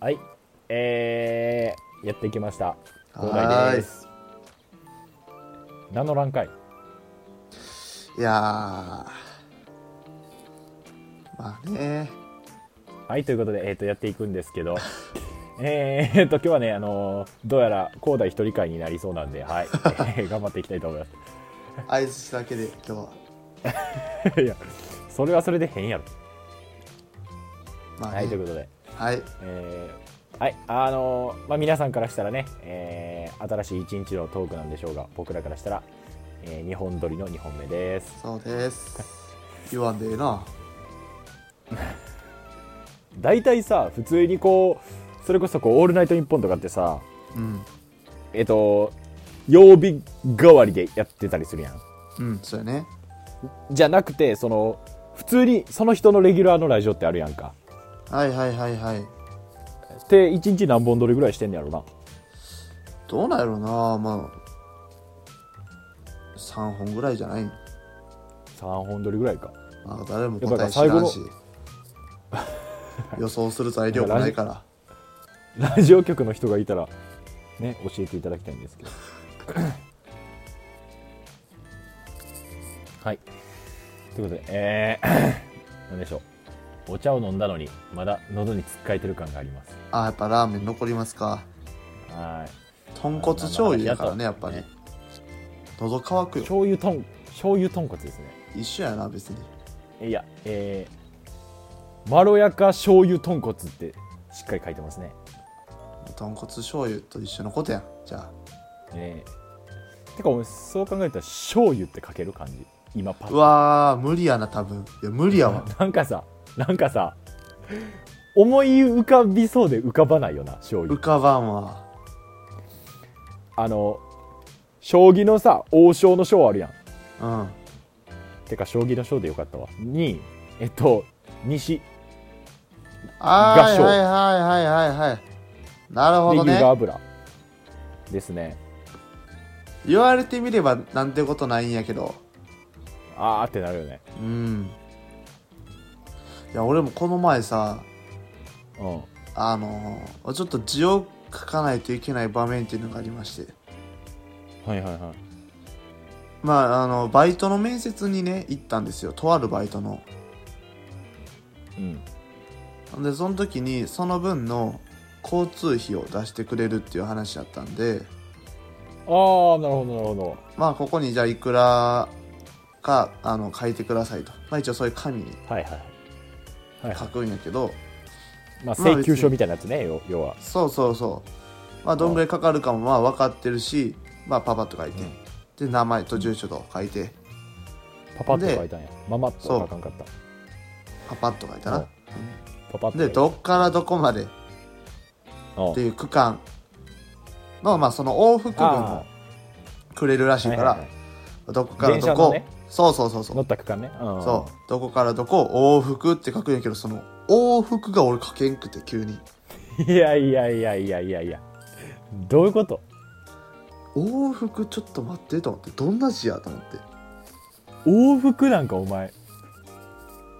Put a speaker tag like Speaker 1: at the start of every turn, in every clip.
Speaker 1: はい。えー、やってきました。号
Speaker 2: は
Speaker 1: 外
Speaker 2: ーい
Speaker 1: です。何の欄かい
Speaker 2: いやーまあね
Speaker 1: はい、ということで、えっ、と、やっていくんですけ ど、えーっと、今日はね、あのーどうやら、高台一人会になりそうなんで、 はい、えー頑張っていきたいと思いま
Speaker 2: 合図しただけで今日は
Speaker 1: す。 いや、それはそれで変やろ。
Speaker 2: まあね
Speaker 1: はい、ということで、
Speaker 2: はい
Speaker 1: えーはい、あのーまあ、皆さんからしたらね、えー新しい一日のトークなんでしょうが、僕らからしたら、え2本撮りの2本目です。
Speaker 2: そうです言わんでええな
Speaker 1: 大体さ、普通にこう、それこそこう、オールナイトニッポンとかってさ、
Speaker 2: うん
Speaker 1: えっ、と、曜日代わりでやってたりするやん。
Speaker 2: うんそうやね
Speaker 1: じゃなくてその普通にその人のレギュラーのラジオってあるやんか
Speaker 2: はいはいはいはい
Speaker 1: で1日何本撮りぐらいしてんねやろな
Speaker 2: どうなんやろうなまあ3本ぐらいじゃない
Speaker 1: 3本撮りぐらいか
Speaker 2: まあ誰も答え知らんし予想する材料もな いから
Speaker 1: ラジオ局の人がいたらね教えていただきたいんですけど はいということでえー、 何でしょうお茶を飲んだのにまだ喉につっかえてる感があります
Speaker 2: あやっぱラーメン残りますか
Speaker 1: はい
Speaker 2: 豚骨醤油やからねやっぱり喉乾くよ
Speaker 1: 醤油とん醤油豚骨ですね
Speaker 2: 一緒やな別に
Speaker 1: いやえー、まろやか醤油豚骨ってしっかり書いてますね
Speaker 2: 豚骨醤油と一緒のことやんじゃあ
Speaker 1: ねえてかお前そう考えたら醤油って書ける感じ今パッ
Speaker 2: う
Speaker 1: と
Speaker 2: わー無理やな多分いや無理やわ
Speaker 1: なんかさなんかさ思い浮かびそうで浮かばないよな醤
Speaker 2: 浮
Speaker 1: 油
Speaker 2: かばんわ
Speaker 1: あの将棋のさ王将の将あるやん
Speaker 2: うん
Speaker 1: てか将棋の将でよかったわにえっと西
Speaker 2: あー
Speaker 1: 合
Speaker 2: はい
Speaker 1: 唱
Speaker 2: はいはいはいはいなるほ
Speaker 1: で
Speaker 2: ど
Speaker 1: 牛が
Speaker 2: ね
Speaker 1: 油ですね
Speaker 2: 言われてみればなんてことないんやけど
Speaker 1: あーってなるよね
Speaker 2: うんいや俺もこの前さ
Speaker 1: うん
Speaker 2: あのーちょっと字を書かないといけない場面っていうのがありまして
Speaker 1: はいはいはい
Speaker 2: まああのバイトの面接にね行ったんですよとあるバイトの
Speaker 1: うん
Speaker 2: でその時にその分の交通費を出してくれるっていう話だったん
Speaker 1: ああ
Speaker 2: で
Speaker 1: なるほどなるほど
Speaker 2: まあここにじゃあいくらかあの書いてくださいと、まあ、一応そういう紙に
Speaker 1: はいはいはい、は
Speaker 2: 書くんやけど、
Speaker 1: い、まあ請求書みたいなやつね要要は
Speaker 2: そうそうそうまあどんぐらいかかるかもまあ分かってるしまあパパッと書いて、で名前と住所と書いて
Speaker 1: パパッと書いたんやママッとは書かんかった
Speaker 2: パパッと書いたな
Speaker 1: パパッと
Speaker 2: でどっからどこまでっ
Speaker 1: うん
Speaker 2: ていう区間のまあその往復分
Speaker 1: あ
Speaker 2: をくれるらしいから、
Speaker 1: はいはい
Speaker 2: どこからど
Speaker 1: 電車の
Speaker 2: こ、
Speaker 1: ね
Speaker 2: そうそうそうそ
Speaker 1: ー
Speaker 2: う
Speaker 1: 乗った区間ね、うん、
Speaker 2: そう。どこからどこ、往復って書くんやけど、その、往復が俺書けんくて、急に。
Speaker 1: いやいやいやいやいやいやどういうこと
Speaker 2: 往復ちょっと待ってと思って、どんな字やと思って。
Speaker 1: 往復なんかお前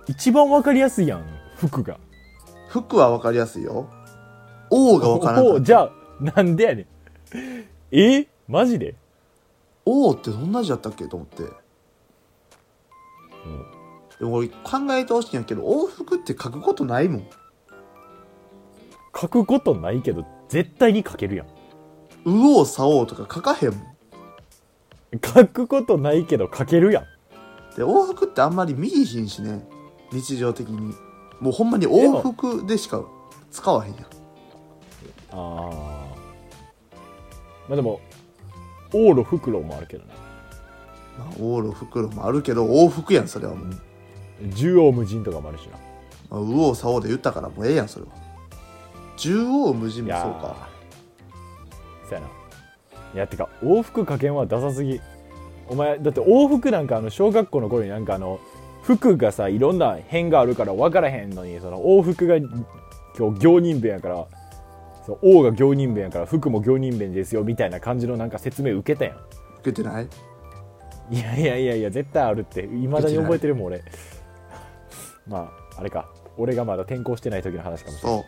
Speaker 1: 一番わかりやすいやん服が
Speaker 2: 服はわかりやすいよ。王がわからん
Speaker 1: お
Speaker 2: か
Speaker 1: お
Speaker 2: っ
Speaker 1: じ
Speaker 2: た。
Speaker 1: ゃあなんでやねんえマジで
Speaker 2: 王ってどんな字やったっけと思って。でも俺考えてほしいんやけど、往復って書くことないもん。
Speaker 1: 書くことないけど絶対に書けるやん
Speaker 2: 右往左往とか書かへんもん。
Speaker 1: 書くことないけど書けるやん
Speaker 2: で、往復ってあんまり見えひんしね。日常的に。もうほんまに往復でしか使わへんやん。
Speaker 1: ああまあでも往路袋もあるけどね
Speaker 2: まあ、往路、袋もあるけど、往復やん、それはもう。
Speaker 1: 縦横無尽とかもあるしな
Speaker 2: まあ、右往左往で言ったからもうええやんそれは縦横無尽
Speaker 1: い
Speaker 2: も
Speaker 1: や
Speaker 2: そう
Speaker 1: ー
Speaker 2: か
Speaker 1: そやないやてか往復かけんはダサすぎお前だって往復なんかあの小学校の頃になんかあの服がさいろんな辺があるから分からへんのにその往復が今日行人弁やからそう王が行人弁やから服も行人弁ですよみたいな感じのなんか説明受けたやん
Speaker 2: 受けてない
Speaker 1: いやいやいやいや絶対あるっていまだに覚えてるもん俺まああれか俺がまだ転校してない時の話かもしれない
Speaker 2: そう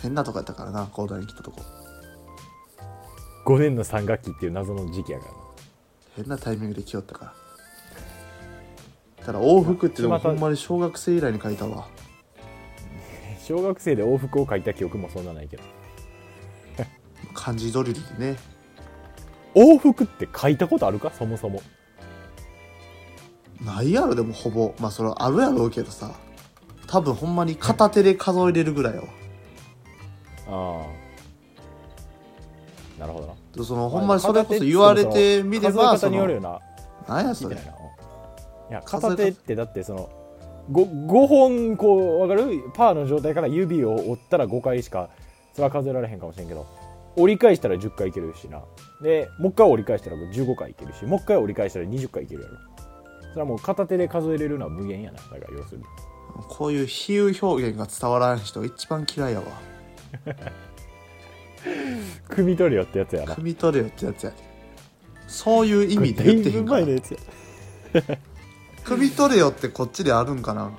Speaker 2: 変なとこやったからな高大に来たとこ
Speaker 1: 5年の3学期っていう謎の時期やからな
Speaker 2: 変なタイミングで来よったからただ往復ってでも
Speaker 1: また
Speaker 2: ほんまに小学生以来に書いたわ
Speaker 1: 小学生で往復を書いた記憶もそんなないけど
Speaker 2: 漢字ドリルでね
Speaker 1: 往復って書いたことあるかそもそも
Speaker 2: ないやろでもほぼまあそれはあるやろうけどさ多分ほんまに片手で数えれるぐらいよ
Speaker 1: ああなるほどな
Speaker 2: そのほんまにそれこそ言われてみれば
Speaker 1: 数え方
Speaker 2: そ
Speaker 1: による
Speaker 2: の
Speaker 1: よな
Speaker 2: 何や
Speaker 1: 聞
Speaker 2: そ
Speaker 1: いて
Speaker 2: れ
Speaker 1: ないなうんいや
Speaker 2: 数え方
Speaker 1: 片手ってだってその 5, 本こう分かるパーの状態から指を折ったら5回しかそれは数えられへんかもしれんけど折り返したら10回いけるしなでもう一回折り返したら15回いけるしもう一回折り返したら20回いけるやろそれはもう片手で数えれるのは無限やなだから要するに
Speaker 2: こういう比喩表現が伝わらん人一番嫌いやわ
Speaker 1: 汲み取るよってやつやな
Speaker 2: 汲み取れよってやつやでそういう意味で言ってへんか
Speaker 1: 前
Speaker 2: ら
Speaker 1: のやつや
Speaker 2: 汲み取れよってこっちであるんかな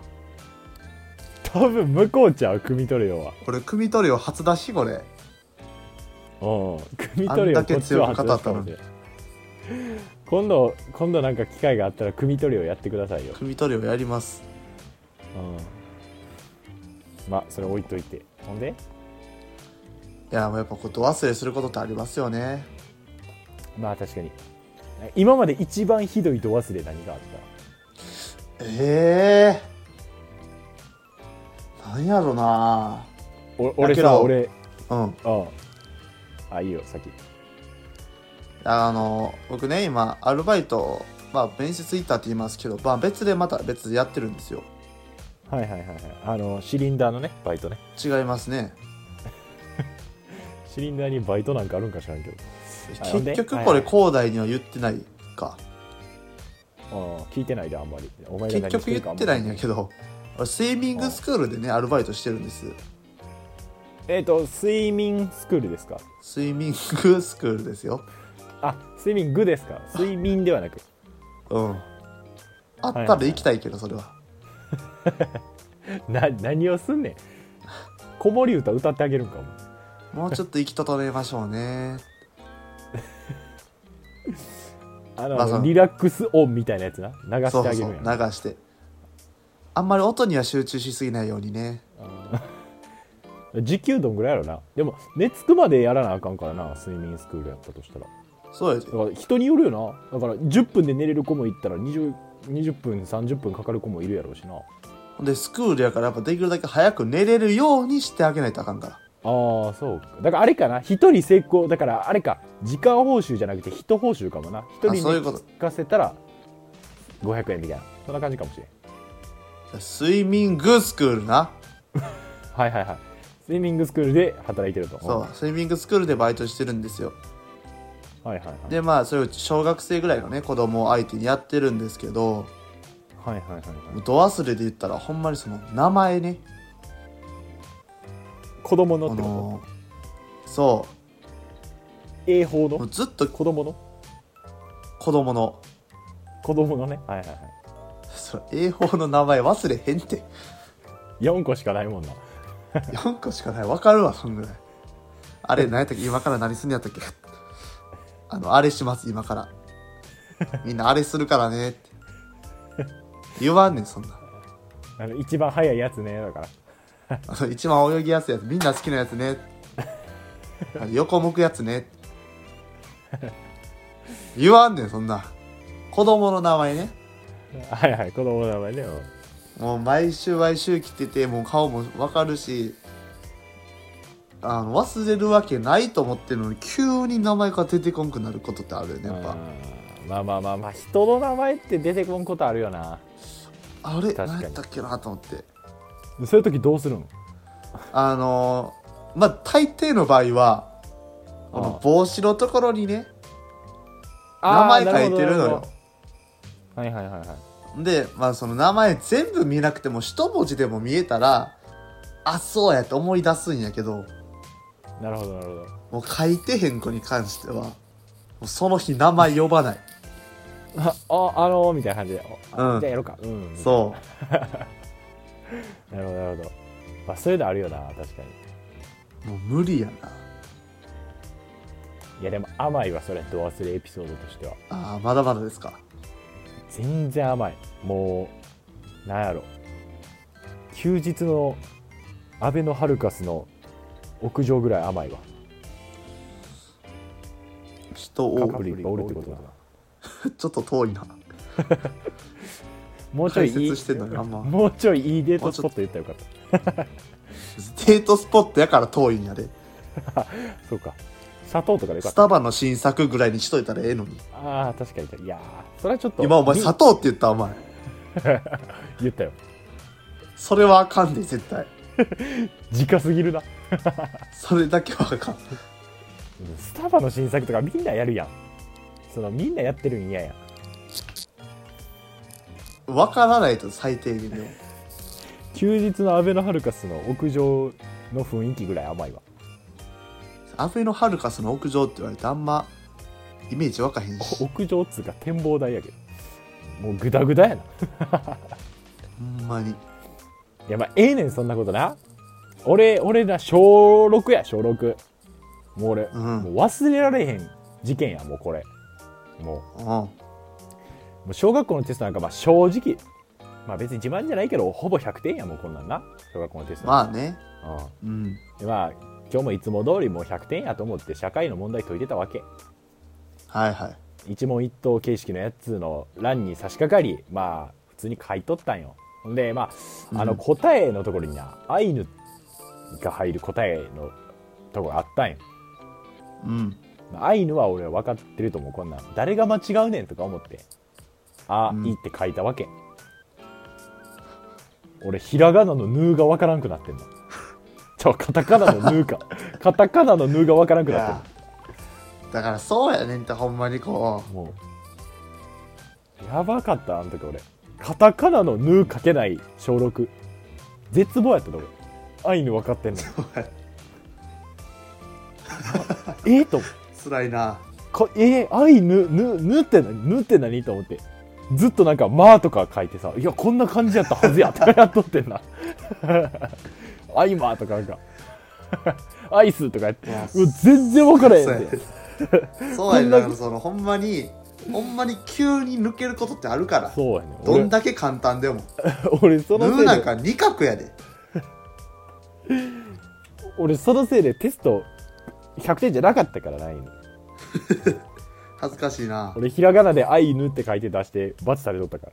Speaker 1: 多分向こうちゃう汲み取るよは
Speaker 2: これ汲み取れよ初出しこれ
Speaker 1: うん汲み取る
Speaker 2: あ
Speaker 1: よ
Speaker 2: んだけ
Speaker 1: こっちは
Speaker 2: 強く語ったの
Speaker 1: 初
Speaker 2: に
Speaker 1: 出しかもしれん今度今度なんか機会があったら汲み取りをやってくださいよ
Speaker 2: 汲み取れよやります
Speaker 1: うんまあそれ置いといてほんで
Speaker 2: いやもうやっぱこと忘れすることってありますよね
Speaker 1: まあ確かに今まで一番ひどい度忘れ何があっ
Speaker 2: ええなんやろな
Speaker 1: たお俺
Speaker 2: だけど
Speaker 1: さ俺
Speaker 2: う
Speaker 1: う
Speaker 2: ん
Speaker 1: んあいいよ先
Speaker 2: あの僕ね今アルバイトまあ面接行ったって言いますけど、まあ、別でまた別でやってるんですよ
Speaker 1: はいはいはいはいあのシリンダーのねバイトね
Speaker 2: 違いますね
Speaker 1: シリンダーにバイトなんかあるんか知らんけどあほんで
Speaker 2: 結局
Speaker 1: はい
Speaker 2: こ
Speaker 1: は
Speaker 2: れ
Speaker 1: い
Speaker 2: 広大には言ってないか
Speaker 1: うん聞いてないであんまりお前が
Speaker 2: 結
Speaker 1: 何し
Speaker 2: 局
Speaker 1: て
Speaker 2: 言
Speaker 1: るかあ
Speaker 2: っ
Speaker 1: ん
Speaker 2: て
Speaker 1: ま
Speaker 2: な
Speaker 1: り
Speaker 2: いんやけど俺スイミングスクールでねアルバイトしてるんです
Speaker 1: えっ、と睡眠スクールですか
Speaker 2: スイミングスクールですよ
Speaker 1: あ睡眠グ ですか睡眠ではなく
Speaker 2: うんあっ
Speaker 1: はい
Speaker 2: た
Speaker 1: は
Speaker 2: ら
Speaker 1: い
Speaker 2: 行きたいけどそれは
Speaker 1: な何をすんね ん子守歌歌ってあげるんかお前
Speaker 2: もうちょっと行き整えましょ うね
Speaker 1: あの、
Speaker 2: まあその
Speaker 1: リラックスオンみたいなやつな流し
Speaker 2: そう
Speaker 1: てあ
Speaker 2: そ
Speaker 1: げ
Speaker 2: うそ
Speaker 1: るん
Speaker 2: う
Speaker 1: や
Speaker 2: 流してあんまり音には集中しすぎないようにね
Speaker 1: 時給どんぐらいやろなでも寝つくまでやらなあかんからな睡眠スクールやったとしたら
Speaker 2: そうやで
Speaker 1: だから人によるよなだから10分で寝れる子もいったら 20, 20分30分かかる子もいるやろうしな
Speaker 2: でスクールやからやっぱできるだけ早く寝れるようにしてあげないとあかんから
Speaker 1: ああそうかだからあれかな一人成功だからあれか時間報酬じゃなくて人報酬かもな一
Speaker 2: あ
Speaker 1: 人
Speaker 2: そう
Speaker 1: 寝
Speaker 2: いうこと
Speaker 1: 聞かせたら500円みたいなそんな感じかもしれん
Speaker 2: スイミングスクールな
Speaker 1: はいはいはいスイミングスクールで働いてると
Speaker 2: そうスイミングスクールでバイトしてるんですよ
Speaker 1: はいはいはい
Speaker 2: でまあそれを小学生ぐらいのね子供を相手にやってるんですけど
Speaker 1: はいはいはいはい
Speaker 2: ド忘れで言ったらほんまにその名前ね
Speaker 1: 子供の
Speaker 2: こ
Speaker 1: ってこ
Speaker 2: の
Speaker 1: と
Speaker 2: そ
Speaker 1: 英法
Speaker 2: うも
Speaker 1: の
Speaker 2: うずっと
Speaker 1: 子供の
Speaker 2: 子供の
Speaker 1: 子供のねはいはいはい
Speaker 2: それ英法の名前忘れへんって
Speaker 1: 4個しかないもんな
Speaker 2: 4個しかないわかるわそんぐらいあれ何やったっけ今から何すんのやったっけあのあれします今からみんなあれするからねって言わんねんそんな
Speaker 1: あの一番早いやつねだから
Speaker 2: あの 一番泳ぎやすいやつみんな好きなや つねあの横向くやつね言わんねんそんな子供の名前ね
Speaker 1: はいはい子供の名前ねうん
Speaker 2: もう毎週毎週来ててもう顔もわかるしあの忘れるわけないと思ってるのに急に名前が出てこんくなることってあるよねやっぱ
Speaker 1: うんまあまあまあまあ人の名前って出てこんことあるよな
Speaker 2: あれ
Speaker 1: 確かに
Speaker 2: 何やったっけなと思って
Speaker 1: そういう時どうするの
Speaker 2: あのーまあ大抵の場合はこの帽子のところにね名前書いてるのよ
Speaker 1: はいはいはいはい
Speaker 2: で、まあ、その名前全部見なくても一文字でも見えたらあそうやって思い出すんやけど
Speaker 1: なるほどなるほど
Speaker 2: もう書いてへん子に関してはもうその日名前呼ばない
Speaker 1: あ ああのーみたいな感じで、あ
Speaker 2: うん
Speaker 1: じゃあやろうかうん
Speaker 2: そう
Speaker 1: なるほどなるほど、まあ、そういうのあるよな確かに
Speaker 2: もう無理やな。
Speaker 1: いやでも甘いわそれド忘れエピソードとしては
Speaker 2: ああ、まだまだですか。
Speaker 1: 全然甘いもうなんやろ休日のアベノハルカスの屋上ぐらい甘いわカ
Speaker 2: 人を、
Speaker 1: ップリンがおるってことだな
Speaker 2: ちょっと遠いな。
Speaker 1: もうちょいい
Speaker 2: 解
Speaker 1: い
Speaker 2: 説してんのにあんま
Speaker 1: もうちょいいいデートスポット言ったらよかった
Speaker 2: デートスポットやから遠いんやで。
Speaker 1: そうか砂糖とかでよかっ
Speaker 2: ス
Speaker 1: た
Speaker 2: タバの新作ぐらいにしといたらええのに。
Speaker 1: ああ確かにいやーそれはちょっと
Speaker 2: 今お前砂糖って言ったお前。
Speaker 1: 言ったよ
Speaker 2: それはあかんで、絶対。
Speaker 1: 直すぎるな
Speaker 2: それだけはあかん。
Speaker 1: スタバの新作とかみんなやるやんそのみんなやってるん嫌や
Speaker 2: わからないと最低限でも。
Speaker 1: 休日のアベノハルカスの屋上の雰囲気ぐらい甘いわ
Speaker 2: アベノハルカスの屋上って言われてあんまイメージわかへんし。
Speaker 1: 屋上っつうか展望台やけどもうグダグダやない
Speaker 2: ほんまに。
Speaker 1: やまあええねんそんなことな俺俺な小6や小6もう俺、
Speaker 2: うん
Speaker 1: もう忘れられへん事件やもうこれもう
Speaker 2: うん。
Speaker 1: もう小学校のテストなんかまあ正直まあ別に自慢じゃないけどほぼ100点やもうこんなんな小学校のテスト、
Speaker 2: まあね。
Speaker 1: うん
Speaker 2: うん。
Speaker 1: でまあ今日もいつも通りもう100点やと思って社会の問題解いてたわけ
Speaker 2: はいはい。
Speaker 1: 一問一答形式のやつの欄に差し掛かりまあ普通に書いとったんよほんでまああ
Speaker 2: う
Speaker 1: の
Speaker 2: ん
Speaker 1: 答えのところになアイヌが入る答えのとこがあったんよ
Speaker 2: うん。
Speaker 1: まあアイヌは俺は分かってると思うこんなん誰が間違うねんとか思って「あ、
Speaker 2: うん
Speaker 1: いい」って書いたわけ俺ひらがなの「ぬ」が分からんくなってんのじゃあカタカナの「ぬ」 かカタカナの「ぬ」が分からん
Speaker 2: い
Speaker 1: くなってんの
Speaker 2: や。だからそうやねんってほんまにこ
Speaker 1: もうやばかったあの時俺カタカナの「ぬ」書けない小6絶望やったと俺アイヌ分かってんのにあえーと思って
Speaker 2: う、辛いな。
Speaker 1: かえー、アイヌヌヌって何ヌって何と思ってずっとなんか「まあ」とか書いてさ「いやこんな感じやったはずや」と かやっとってんな「アイマー」とかなんか 「アイス」とかやって
Speaker 2: いや
Speaker 1: うわ全然分からへん
Speaker 2: そうや
Speaker 1: っ
Speaker 2: ね
Speaker 1: て
Speaker 2: んそうやね
Speaker 1: こん
Speaker 2: ん
Speaker 1: な
Speaker 2: だからそのほんまに、ほんまに急に抜けることってあるから。
Speaker 1: そうやね
Speaker 2: どんだけ簡単でも。
Speaker 1: 俺俺その
Speaker 2: ヌ
Speaker 1: せ
Speaker 2: ー
Speaker 1: い
Speaker 2: なん
Speaker 1: で
Speaker 2: か二角やで。
Speaker 1: 俺そのせいでテスト100点じゃなかったからないの
Speaker 2: 恥ずかしいな。
Speaker 1: 俺ひらがなで「アイヌ」って書いて出して罰されとった か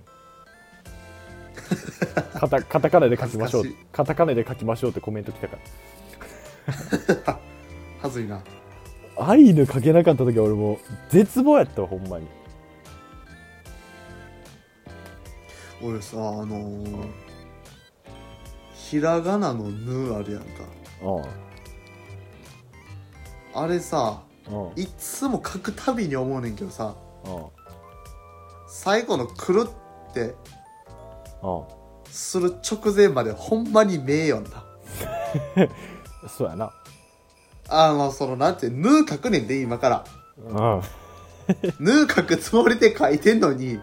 Speaker 1: らカタカタカナで書きましょう
Speaker 2: 恥ずか
Speaker 1: カタカナで書きましょうってコメント来たから
Speaker 2: 恥ずいな。
Speaker 1: アイヌかけなかった時は俺もう絶望やったわほんまに
Speaker 2: 俺さ、あのー、ひらがなのヌーあるやんか。
Speaker 1: う
Speaker 2: あれさ、
Speaker 1: んうん
Speaker 2: いっつも書くたびに思うねんけどさ、
Speaker 1: うん
Speaker 2: 最後のくるって
Speaker 1: うん
Speaker 2: する直前までほんまに名よんな。
Speaker 1: そうやな
Speaker 2: あの、その、なんて、ヌー書くねんで、今から。
Speaker 1: うん
Speaker 2: ヌー書くつもりで書いてんのに、
Speaker 1: う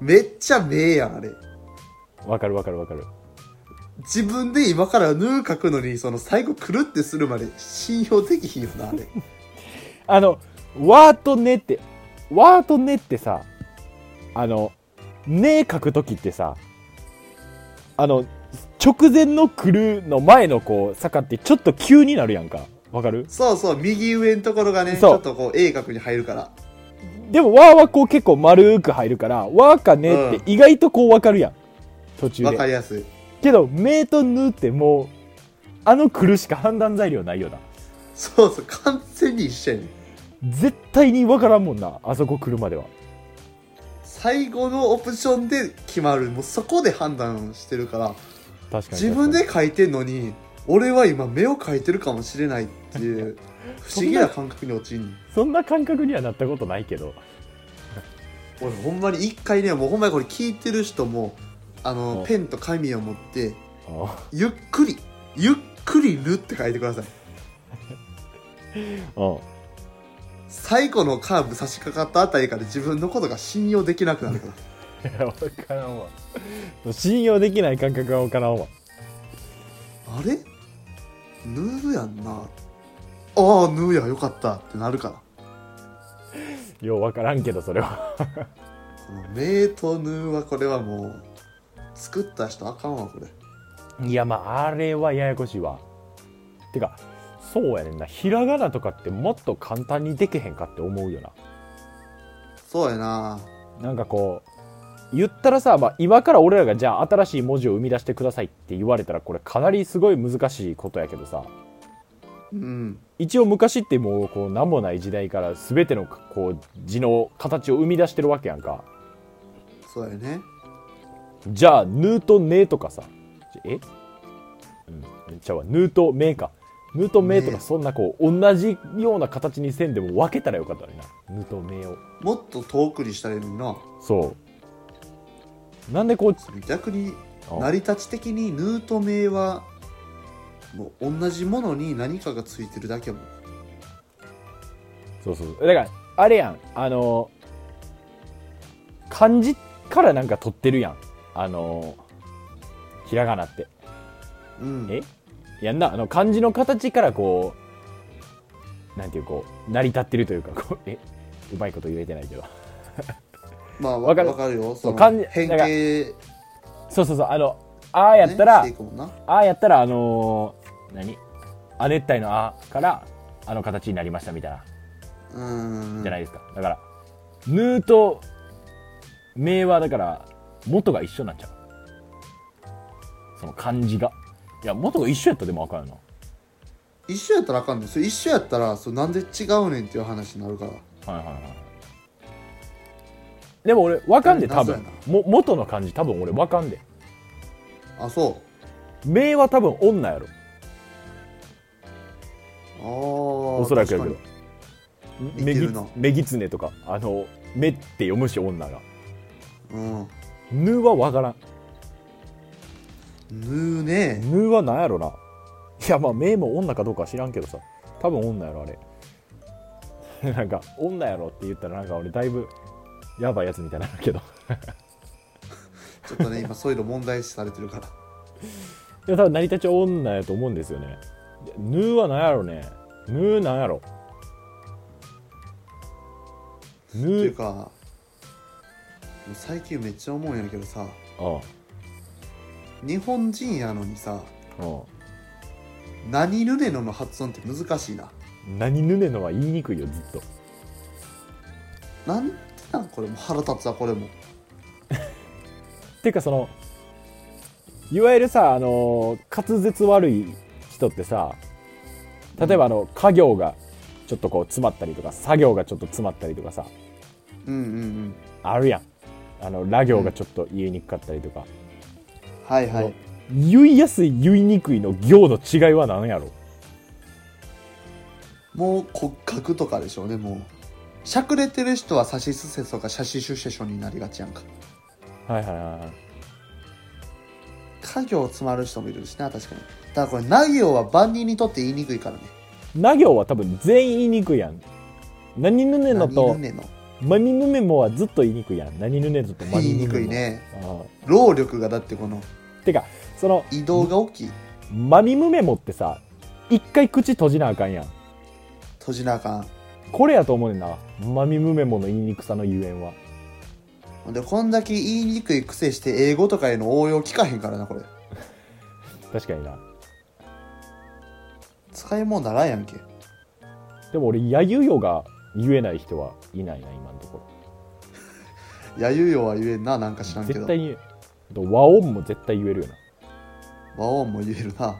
Speaker 2: めっちゃ名やん、あれ。
Speaker 1: んわかるわかるわかる
Speaker 2: 自分で今からヌー書くのに、その、最後くるってするまで信用できひんよな、あれ。
Speaker 1: あの「わ」と「ね」って「わ」と「ね」ってさあの「ね」書く時ってさあの直前の来るの前のこう坂ってちょっと急になるやんかわかる
Speaker 2: そうそう、右上のところがね、ち
Speaker 1: そう
Speaker 2: ょっとこう、鋭角に入るから。
Speaker 1: でも「わ」はこう結構丸く入るから「わ」か「ね」って意外とこうわかるやん途中
Speaker 2: わ
Speaker 1: で
Speaker 2: かりやすい。
Speaker 1: けど、目とぬってもう、あの来るしか判断材料ないよな。
Speaker 2: そうそう、完全に一緒やねん。
Speaker 1: 絶対に分からんもんな、あそこ来るまでは。
Speaker 2: 最後のオプションで決まる。もうそこで判断してるから、
Speaker 1: 確かに。
Speaker 2: 自分で書いてんのに、俺は今目を書いてるかもしれないっ ていう、不思議な感覚に陥んねん。
Speaker 1: そんな感覚にはなったことないけど。
Speaker 2: 俺ほんまに一回ねもうほんまにこれ聞いてる人もあ
Speaker 1: う
Speaker 2: の
Speaker 1: ん
Speaker 2: ペンと紙を持って
Speaker 1: あ
Speaker 2: ゆっくりゆっくり「る」って書いてください
Speaker 1: あ
Speaker 2: 最後のカーブ差し掛かったあたりから自分のことが信用できなくな るから
Speaker 1: いや、分からんわ。信用できない感覚は分からんわ。
Speaker 2: あれヌーやんなああヌーやよかったってなるから
Speaker 1: よう分からんけどそれは
Speaker 2: この名とヌーはこれはもう作った人あかんわこれ
Speaker 1: いやまああれはややこしいわてかそうやねんなひらがなとかってもっと簡単にできへんかって思うよな
Speaker 2: そうやな
Speaker 1: なんかこう言ったらさ、まあ、今から俺らがじゃあ新しい文字を生み出してくださいって言われたらこれかなりすごい難しいことやけどさ
Speaker 2: うん
Speaker 1: 一応昔ってもうこう何もない時代から全てのこう字の形を生み出してるわけやんか
Speaker 2: そうやね
Speaker 1: じゃあヌーとネとかさえうんちゃうわヌーとメかヌーとメと
Speaker 2: ね
Speaker 1: かそんなこう同じような形にせんでも分けたらよかったのになヌーとメを
Speaker 2: もっと遠くにしたらいいのにな
Speaker 1: そうなんでこう
Speaker 2: それ逆に
Speaker 1: あ
Speaker 2: 成り立ち的にヌーと名はもう同じものに何かがついてるだけやもん
Speaker 1: そうそうそうだからあれやんあの漢字からなんか取ってるやんあのひらがなって
Speaker 2: うん
Speaker 1: えやんなあの漢字の形からこうなんていうこう成り立ってるというかこうえうまいこと言えてないけど
Speaker 2: まあ
Speaker 1: わ
Speaker 2: わ
Speaker 1: か
Speaker 2: か
Speaker 1: る
Speaker 2: わかるよその
Speaker 1: 漢字
Speaker 2: 変
Speaker 1: だから
Speaker 2: 形
Speaker 1: そうそうそうあのああやった
Speaker 2: ね
Speaker 1: ら、
Speaker 2: していくもんな
Speaker 1: ああやったらあのー何亜熱帯のあからあの形になりましたみたいな
Speaker 2: うん
Speaker 1: じゃないですか、だからヌーと名はだから元が一緒になっちゃうその漢字がいや元が一緒やったらでも分かるな
Speaker 2: 一緒やったらあかんねんそれ一緒やったらそれなんで違うねんっていう話になるから
Speaker 1: はいはいはいでも俺分かんで多
Speaker 2: 謎
Speaker 1: 分
Speaker 2: や
Speaker 1: も元の漢字多分俺分かんで
Speaker 2: あそ
Speaker 1: 名は多分女やろ
Speaker 2: うあお
Speaker 1: おそらくやけど
Speaker 2: に
Speaker 1: め
Speaker 2: いけ
Speaker 1: ぎ
Speaker 2: るな
Speaker 1: めぎつねとかあの「め」って読むし女が
Speaker 2: うん
Speaker 1: 「ぬ」は分からん
Speaker 2: ぬー
Speaker 1: 「
Speaker 2: ね
Speaker 1: ぬ」は何やろないやまあ「め」も女かどうかは知らんけどさ多分女やろあれ なんか「女やろ」って言ったらなんか俺だいぶやばいやつみたいになるけど
Speaker 2: ちょっとね今そういうの問題視されてるから
Speaker 1: でも多分成り立ちは女やと思うんですよねでぬーは何やろねぬー何やろぬ
Speaker 2: っていう
Speaker 1: ー
Speaker 2: かもう最近めっちゃ思うんやけどさ
Speaker 1: あ
Speaker 2: 日本人やのにさ
Speaker 1: あああ
Speaker 2: 何ぬねのの発音って難しいな
Speaker 1: 何ぬねのは言いにくいよずっと
Speaker 2: なんてなんこれもう腹立つわこれも
Speaker 1: ていうかそのいわゆるさあの滑舌悪い人ってさ例えばあの家業がちょっとこう詰まったりとか作業がちょっと詰まったりとかさ
Speaker 2: うんうんうん
Speaker 1: あるやんあのラ行がちょっと言いにくかったりとか、
Speaker 2: はいはい
Speaker 1: 言いやすい言いにくいの行の違いは何やろ
Speaker 2: もう骨格とかでしょうねもうしゃくれてる人はさしすせそかしゃししゅしゃしょになりがちやんか
Speaker 1: はいはいはいはい
Speaker 2: 家業詰まる人もいるしな確かにだからこれな行は万人にとって言いにくいからね
Speaker 1: な行は多分全員言いにくいやん何ぬねの
Speaker 2: 何
Speaker 1: と
Speaker 2: ぬねの
Speaker 1: まにぬねもはずっと言いにくいやん何ぬねのとま
Speaker 2: 言
Speaker 1: に
Speaker 2: い
Speaker 1: ぬね
Speaker 2: に
Speaker 1: も
Speaker 2: くいね
Speaker 1: あ
Speaker 2: 労力がだってこの
Speaker 1: あてかその
Speaker 2: 移動が大きい
Speaker 1: マミムメモってさ一回口閉じなあかんやん
Speaker 2: 閉じなあか
Speaker 1: これやと思うねんなマミムメモの言いにくさのゆえんは
Speaker 2: んでこんだけ言いにくい癖して英語とかへの応用聞かへんからなこれ
Speaker 1: 確かにな
Speaker 2: 使い物ならんやんけ
Speaker 1: でも俺やゆよが言えない人はいないな今のとこ
Speaker 2: やゆよは言えんななんか知ら
Speaker 1: ろ
Speaker 2: んけど
Speaker 1: 絶対に言えあと和音も絶対言えるよな
Speaker 2: 和音も言えるな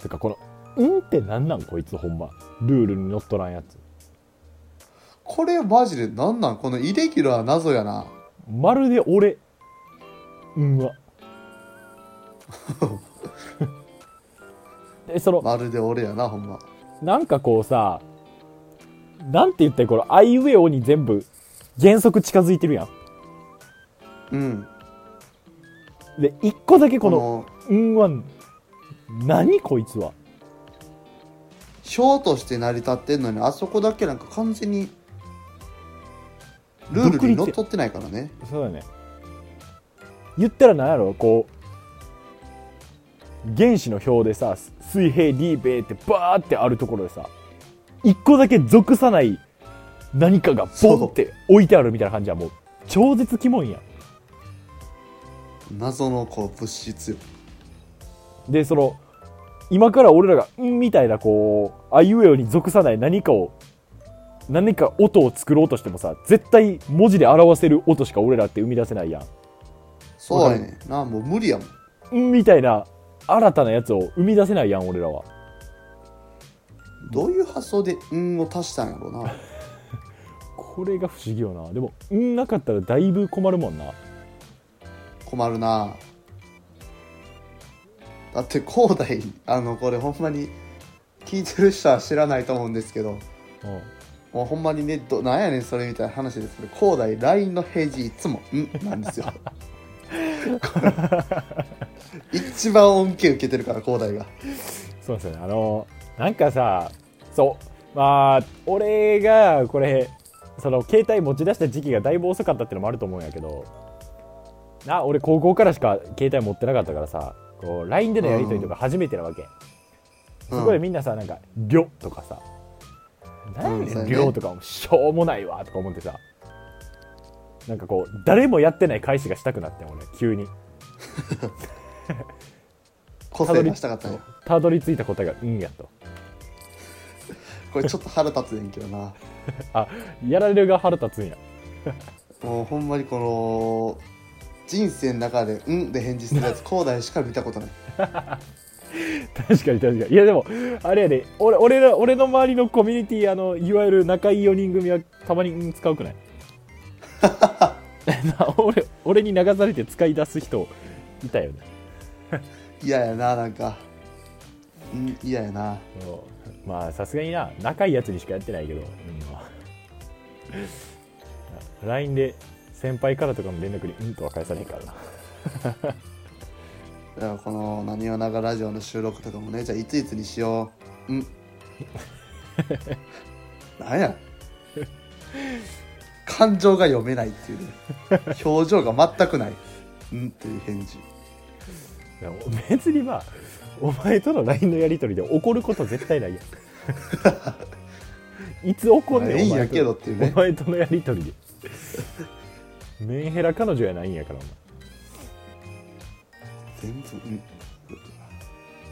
Speaker 1: てかこの「うん」ってなんなんこいつほんまルールにのっとらんやつ
Speaker 2: これマジでなんなんこのイレギュラー謎やな
Speaker 1: まるで俺うん わでその
Speaker 2: まるで俺やなほんま
Speaker 1: なんかこうさ、なんて言ったらいいこのアイウェオに全部原則近づいてるや
Speaker 2: うん
Speaker 1: ん。で、一個だけこ
Speaker 2: こ
Speaker 1: の、う
Speaker 2: の
Speaker 1: んは、何こいつは。
Speaker 2: 表として成り立ってんのにあそこだけなんか完全にルールにのっとってないからね
Speaker 1: そうだね。言ったら何やろこう、原子の表でさ水平 D ベーってバーってあるところでさ一個だけ属さない何かがボンって置いてあるみたいな感じはもう超絶キモいやん
Speaker 2: 謎のこう物質よ
Speaker 1: でその今から俺らが「ん」みたいなこうあいうえおに属さない何かを何か音を作ろうとしてもさ絶対文字で表せる音しか俺らって生み出せないやん
Speaker 2: そうやねなもう無理やもん
Speaker 1: んみたいな新たなやつを生み出せないやん俺らは
Speaker 2: どういう発想で「ん」を足したんやろうな
Speaker 1: これが不思議よなでも「ん」なかったらだいぶ困るもんな
Speaker 2: 困るなだって広大あのこれほんまに聞いてる人は知らないと思うんですけど
Speaker 1: うん
Speaker 2: もうほんまにねどなんやねんそれみたいな話ですけど広大 LINE のページいつも「ん」なんですよこれ一番恩恵受けてるから広大が
Speaker 1: そうですよねあのなんかさそうまあ俺がこれその携帯持ち出した時期がだいぶ遅かったってのもあると思うんやけどな俺高校からしか携帯持ってなかったからさこう LINE でのやり取りとか初めてなわけ、そこでみんなさなんか「りょ」とかさ「何
Speaker 2: うんそう
Speaker 1: やねんり
Speaker 2: やね
Speaker 1: ょ」とかもしょうもないわとか思ってさなんかこう誰もやってない返しがしたくなってん俺急に
Speaker 2: 個性出したかったよ
Speaker 1: たどり着いた答えが「うん」やと
Speaker 2: これちょっと腹立つねんけどな
Speaker 1: あやられるが腹立つんや
Speaker 2: もうほんまにこの人生の中で「うん」で返事するやつ広大しか見たことない
Speaker 1: 確かに確かにいやでもあれやで俺俺ら俺の周りのコミュニティあのいわゆる仲いい4人組はたまにうん使うくないな俺俺に流されて使い出す人いたよね
Speaker 2: 嫌やななんかうん嫌やな
Speaker 1: そうまあさすがにな仲いいやつにしかやってないけど、うんまあ、LINE で先輩からとかの連絡にうんとは返さねえからな
Speaker 2: だからこの「なにわながラジオ」の収録とかもねじゃあいついつにしよううん なんや感情が読めないっていうね表情が全くない「うん」っていう返事
Speaker 1: でも別にまあお前との LINE のやり取りで怒ること絶対ないや んいつ怒んねん
Speaker 2: まあいいん
Speaker 1: お前
Speaker 2: や
Speaker 1: と
Speaker 2: けどっていうね
Speaker 1: お前とのやり取りでメンヘラ彼女やないんやからお前
Speaker 2: 全部「うん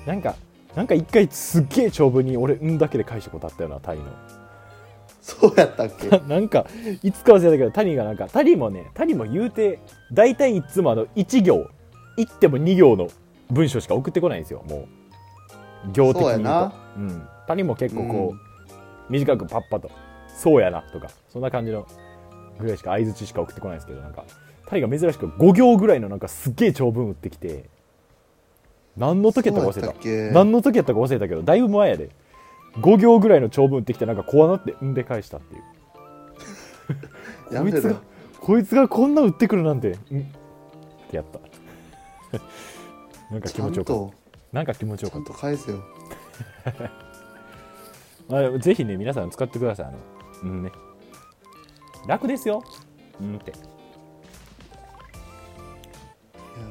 Speaker 1: なんかなんか一回すっげえ長文に俺「うん」だけで返したことあったよなタイの」
Speaker 2: そうやったっけ
Speaker 1: なんかいつか忘れたけど谷がなんか谷もね谷も言うて大体いつもあの1行1っても2行の文章しか送ってこないんですよもう行的
Speaker 2: そうや
Speaker 1: に言うと
Speaker 2: な、
Speaker 1: うん、谷も結構こう、
Speaker 2: うん
Speaker 1: 短くパッパと「そうやな」とかそんな感じのぐらいしか相づちしか送ってこないんですけどなんか谷が珍しく5行ぐらいのなんかすっげえ長文打ってきて何の時やったか忘
Speaker 2: そう
Speaker 1: れ
Speaker 2: やったったけ
Speaker 1: 何の時やったか忘れたけどだいぶ前やで5行ぐらいの長文打ってきてなんか怖なって「ん」で返したっていう。
Speaker 2: や
Speaker 1: こ
Speaker 2: め
Speaker 1: いつ
Speaker 2: ろ
Speaker 1: が
Speaker 2: よ
Speaker 1: こいつがこんな打ってくるなんてうんってやった なんか
Speaker 2: ち
Speaker 1: 気
Speaker 2: ゃ
Speaker 1: 持
Speaker 2: ん
Speaker 1: ちよかっ
Speaker 2: と
Speaker 1: たなんか気持ちよ
Speaker 2: ちゃ
Speaker 1: かっ
Speaker 2: んと返せよ
Speaker 1: たあぜひね皆さん使ってくださいあのうんね楽ですようんって
Speaker 2: いや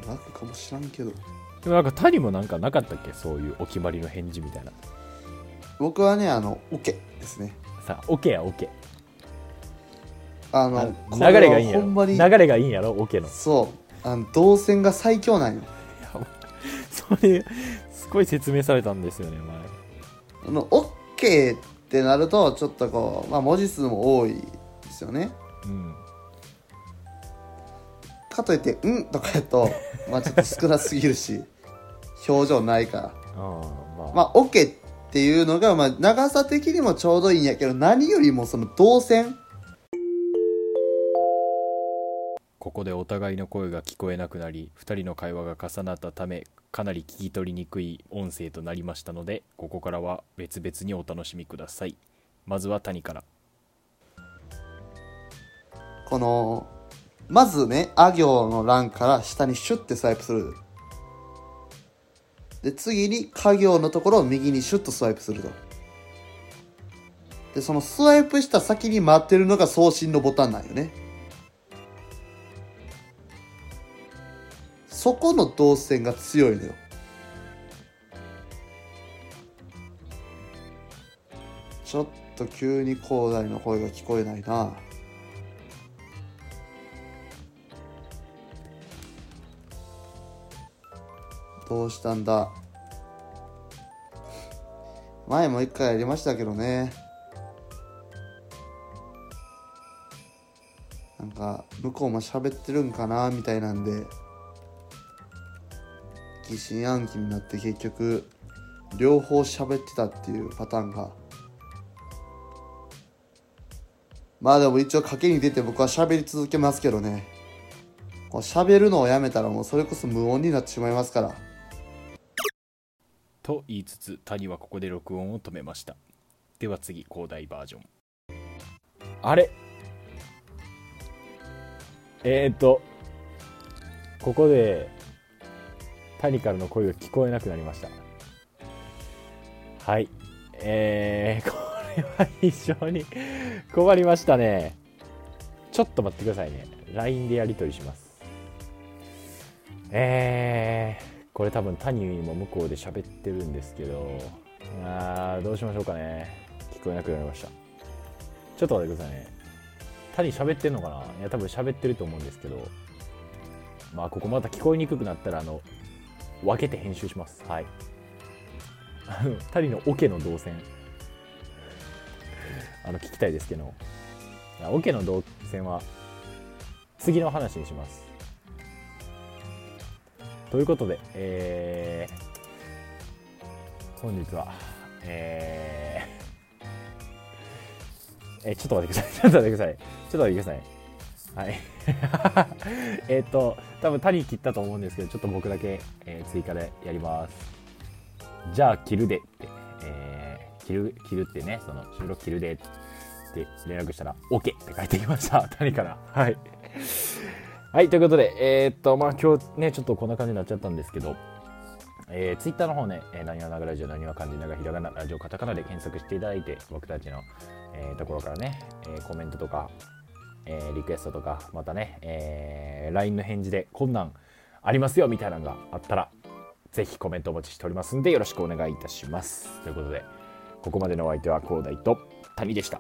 Speaker 2: 楽かもしらんけど
Speaker 1: でもなんか谷もなんかなかったっけそういうお決まりの返事みたいな
Speaker 2: 僕はねあの「オケ」ですね
Speaker 1: さあオケやオケ
Speaker 2: あ
Speaker 1: あ
Speaker 2: の
Speaker 1: 流れがいいんや
Speaker 2: これはほんま
Speaker 1: ろ
Speaker 2: に
Speaker 1: 流れがいいんやろオケの
Speaker 2: そうあの動線が最強なんよ
Speaker 1: それすごい説明されたんですよね前
Speaker 2: あの OK ってなるとちょっとこう、まあ、文字数も多いですよね
Speaker 1: うん
Speaker 2: かといって「うん」とかやと、まあ、ちょっと少なすぎるし 表情ないから
Speaker 1: ああまあ、
Speaker 2: まあ OK っていうのが、まあ、長さ的にもちょうどいいんやけど何よりもその動線
Speaker 1: ここでお互いの声が聞こえなくなり2人の会話が重なったためかなり聞き取りにくい音声となりましたのでここからは別々にお楽しみくださいまずは谷から
Speaker 2: このまずねあ行の欄から下にシュッてスワイプするで次にか行のところを右にシュッとスワイプするとでそのスワイプした先に待ってるのが送信のボタンなんよねそこの動線が強いのよちょっと急に広大の声が聞こえないなどうしたんだ前も一回やりましたけどねなんか向こうも喋ってるんかなみたいなんで疑心暗鬼になって結局両方喋ってたっていうパターンがまあでも一応賭けに出て僕は喋り続けますけどねこう喋るのをやめたらもうそれこそ無音になってしまいますから
Speaker 1: と言いつつ谷はここで録音を止めましたでは次広大バージョンあれえー、っとここで谷からの声が聞こえなくなりましたはいえー、これは非常に 困りましたねちょっと待ってくださいね LINE でやり取りしますえー、これ多分谷も向こうで喋ってるんですけどあーどうしましょうかね聞こえなくなりましたちょっと待ってくださいね谷喋ってんのかないや多分喋ってると思うんですけどまあここまた聞こえにくくなったらあの分けて編集しますはいあの谷のオケの動線あの聞きたいですけどいやオケの動線は次の話にしますということで、えー本日は、えーえちょっと待ってください。 ちょっと待ってください。ちょっと待ってください。 はい。えっと、多分谷切ったと思うんですけど、ちょっと僕だけ、えー追加でやります。じゃあ切るでって、えー切る、切るってね、その収録切るでって連絡したら、OK って書いてきました。 谷から。はい。はい、ということで、えーっと、まあ今日ね、ちょっとこんな感じになっちゃったんですけど、えー、ツイッターの方ね、えー、なにわながラジオ、なにわ漢字ながひらがな、ラジオカタカナで検索していただいて、僕たちの、えーところからね、えーコメントとか、えーリクエストとか、またね、えー LINE の返事で、こんなんありますよみたいなのがあったら、ぜひコメントお待ちしておりますんで、よろしくお願いいたします。ということで、ここまでのお相手は、広大と谷でした。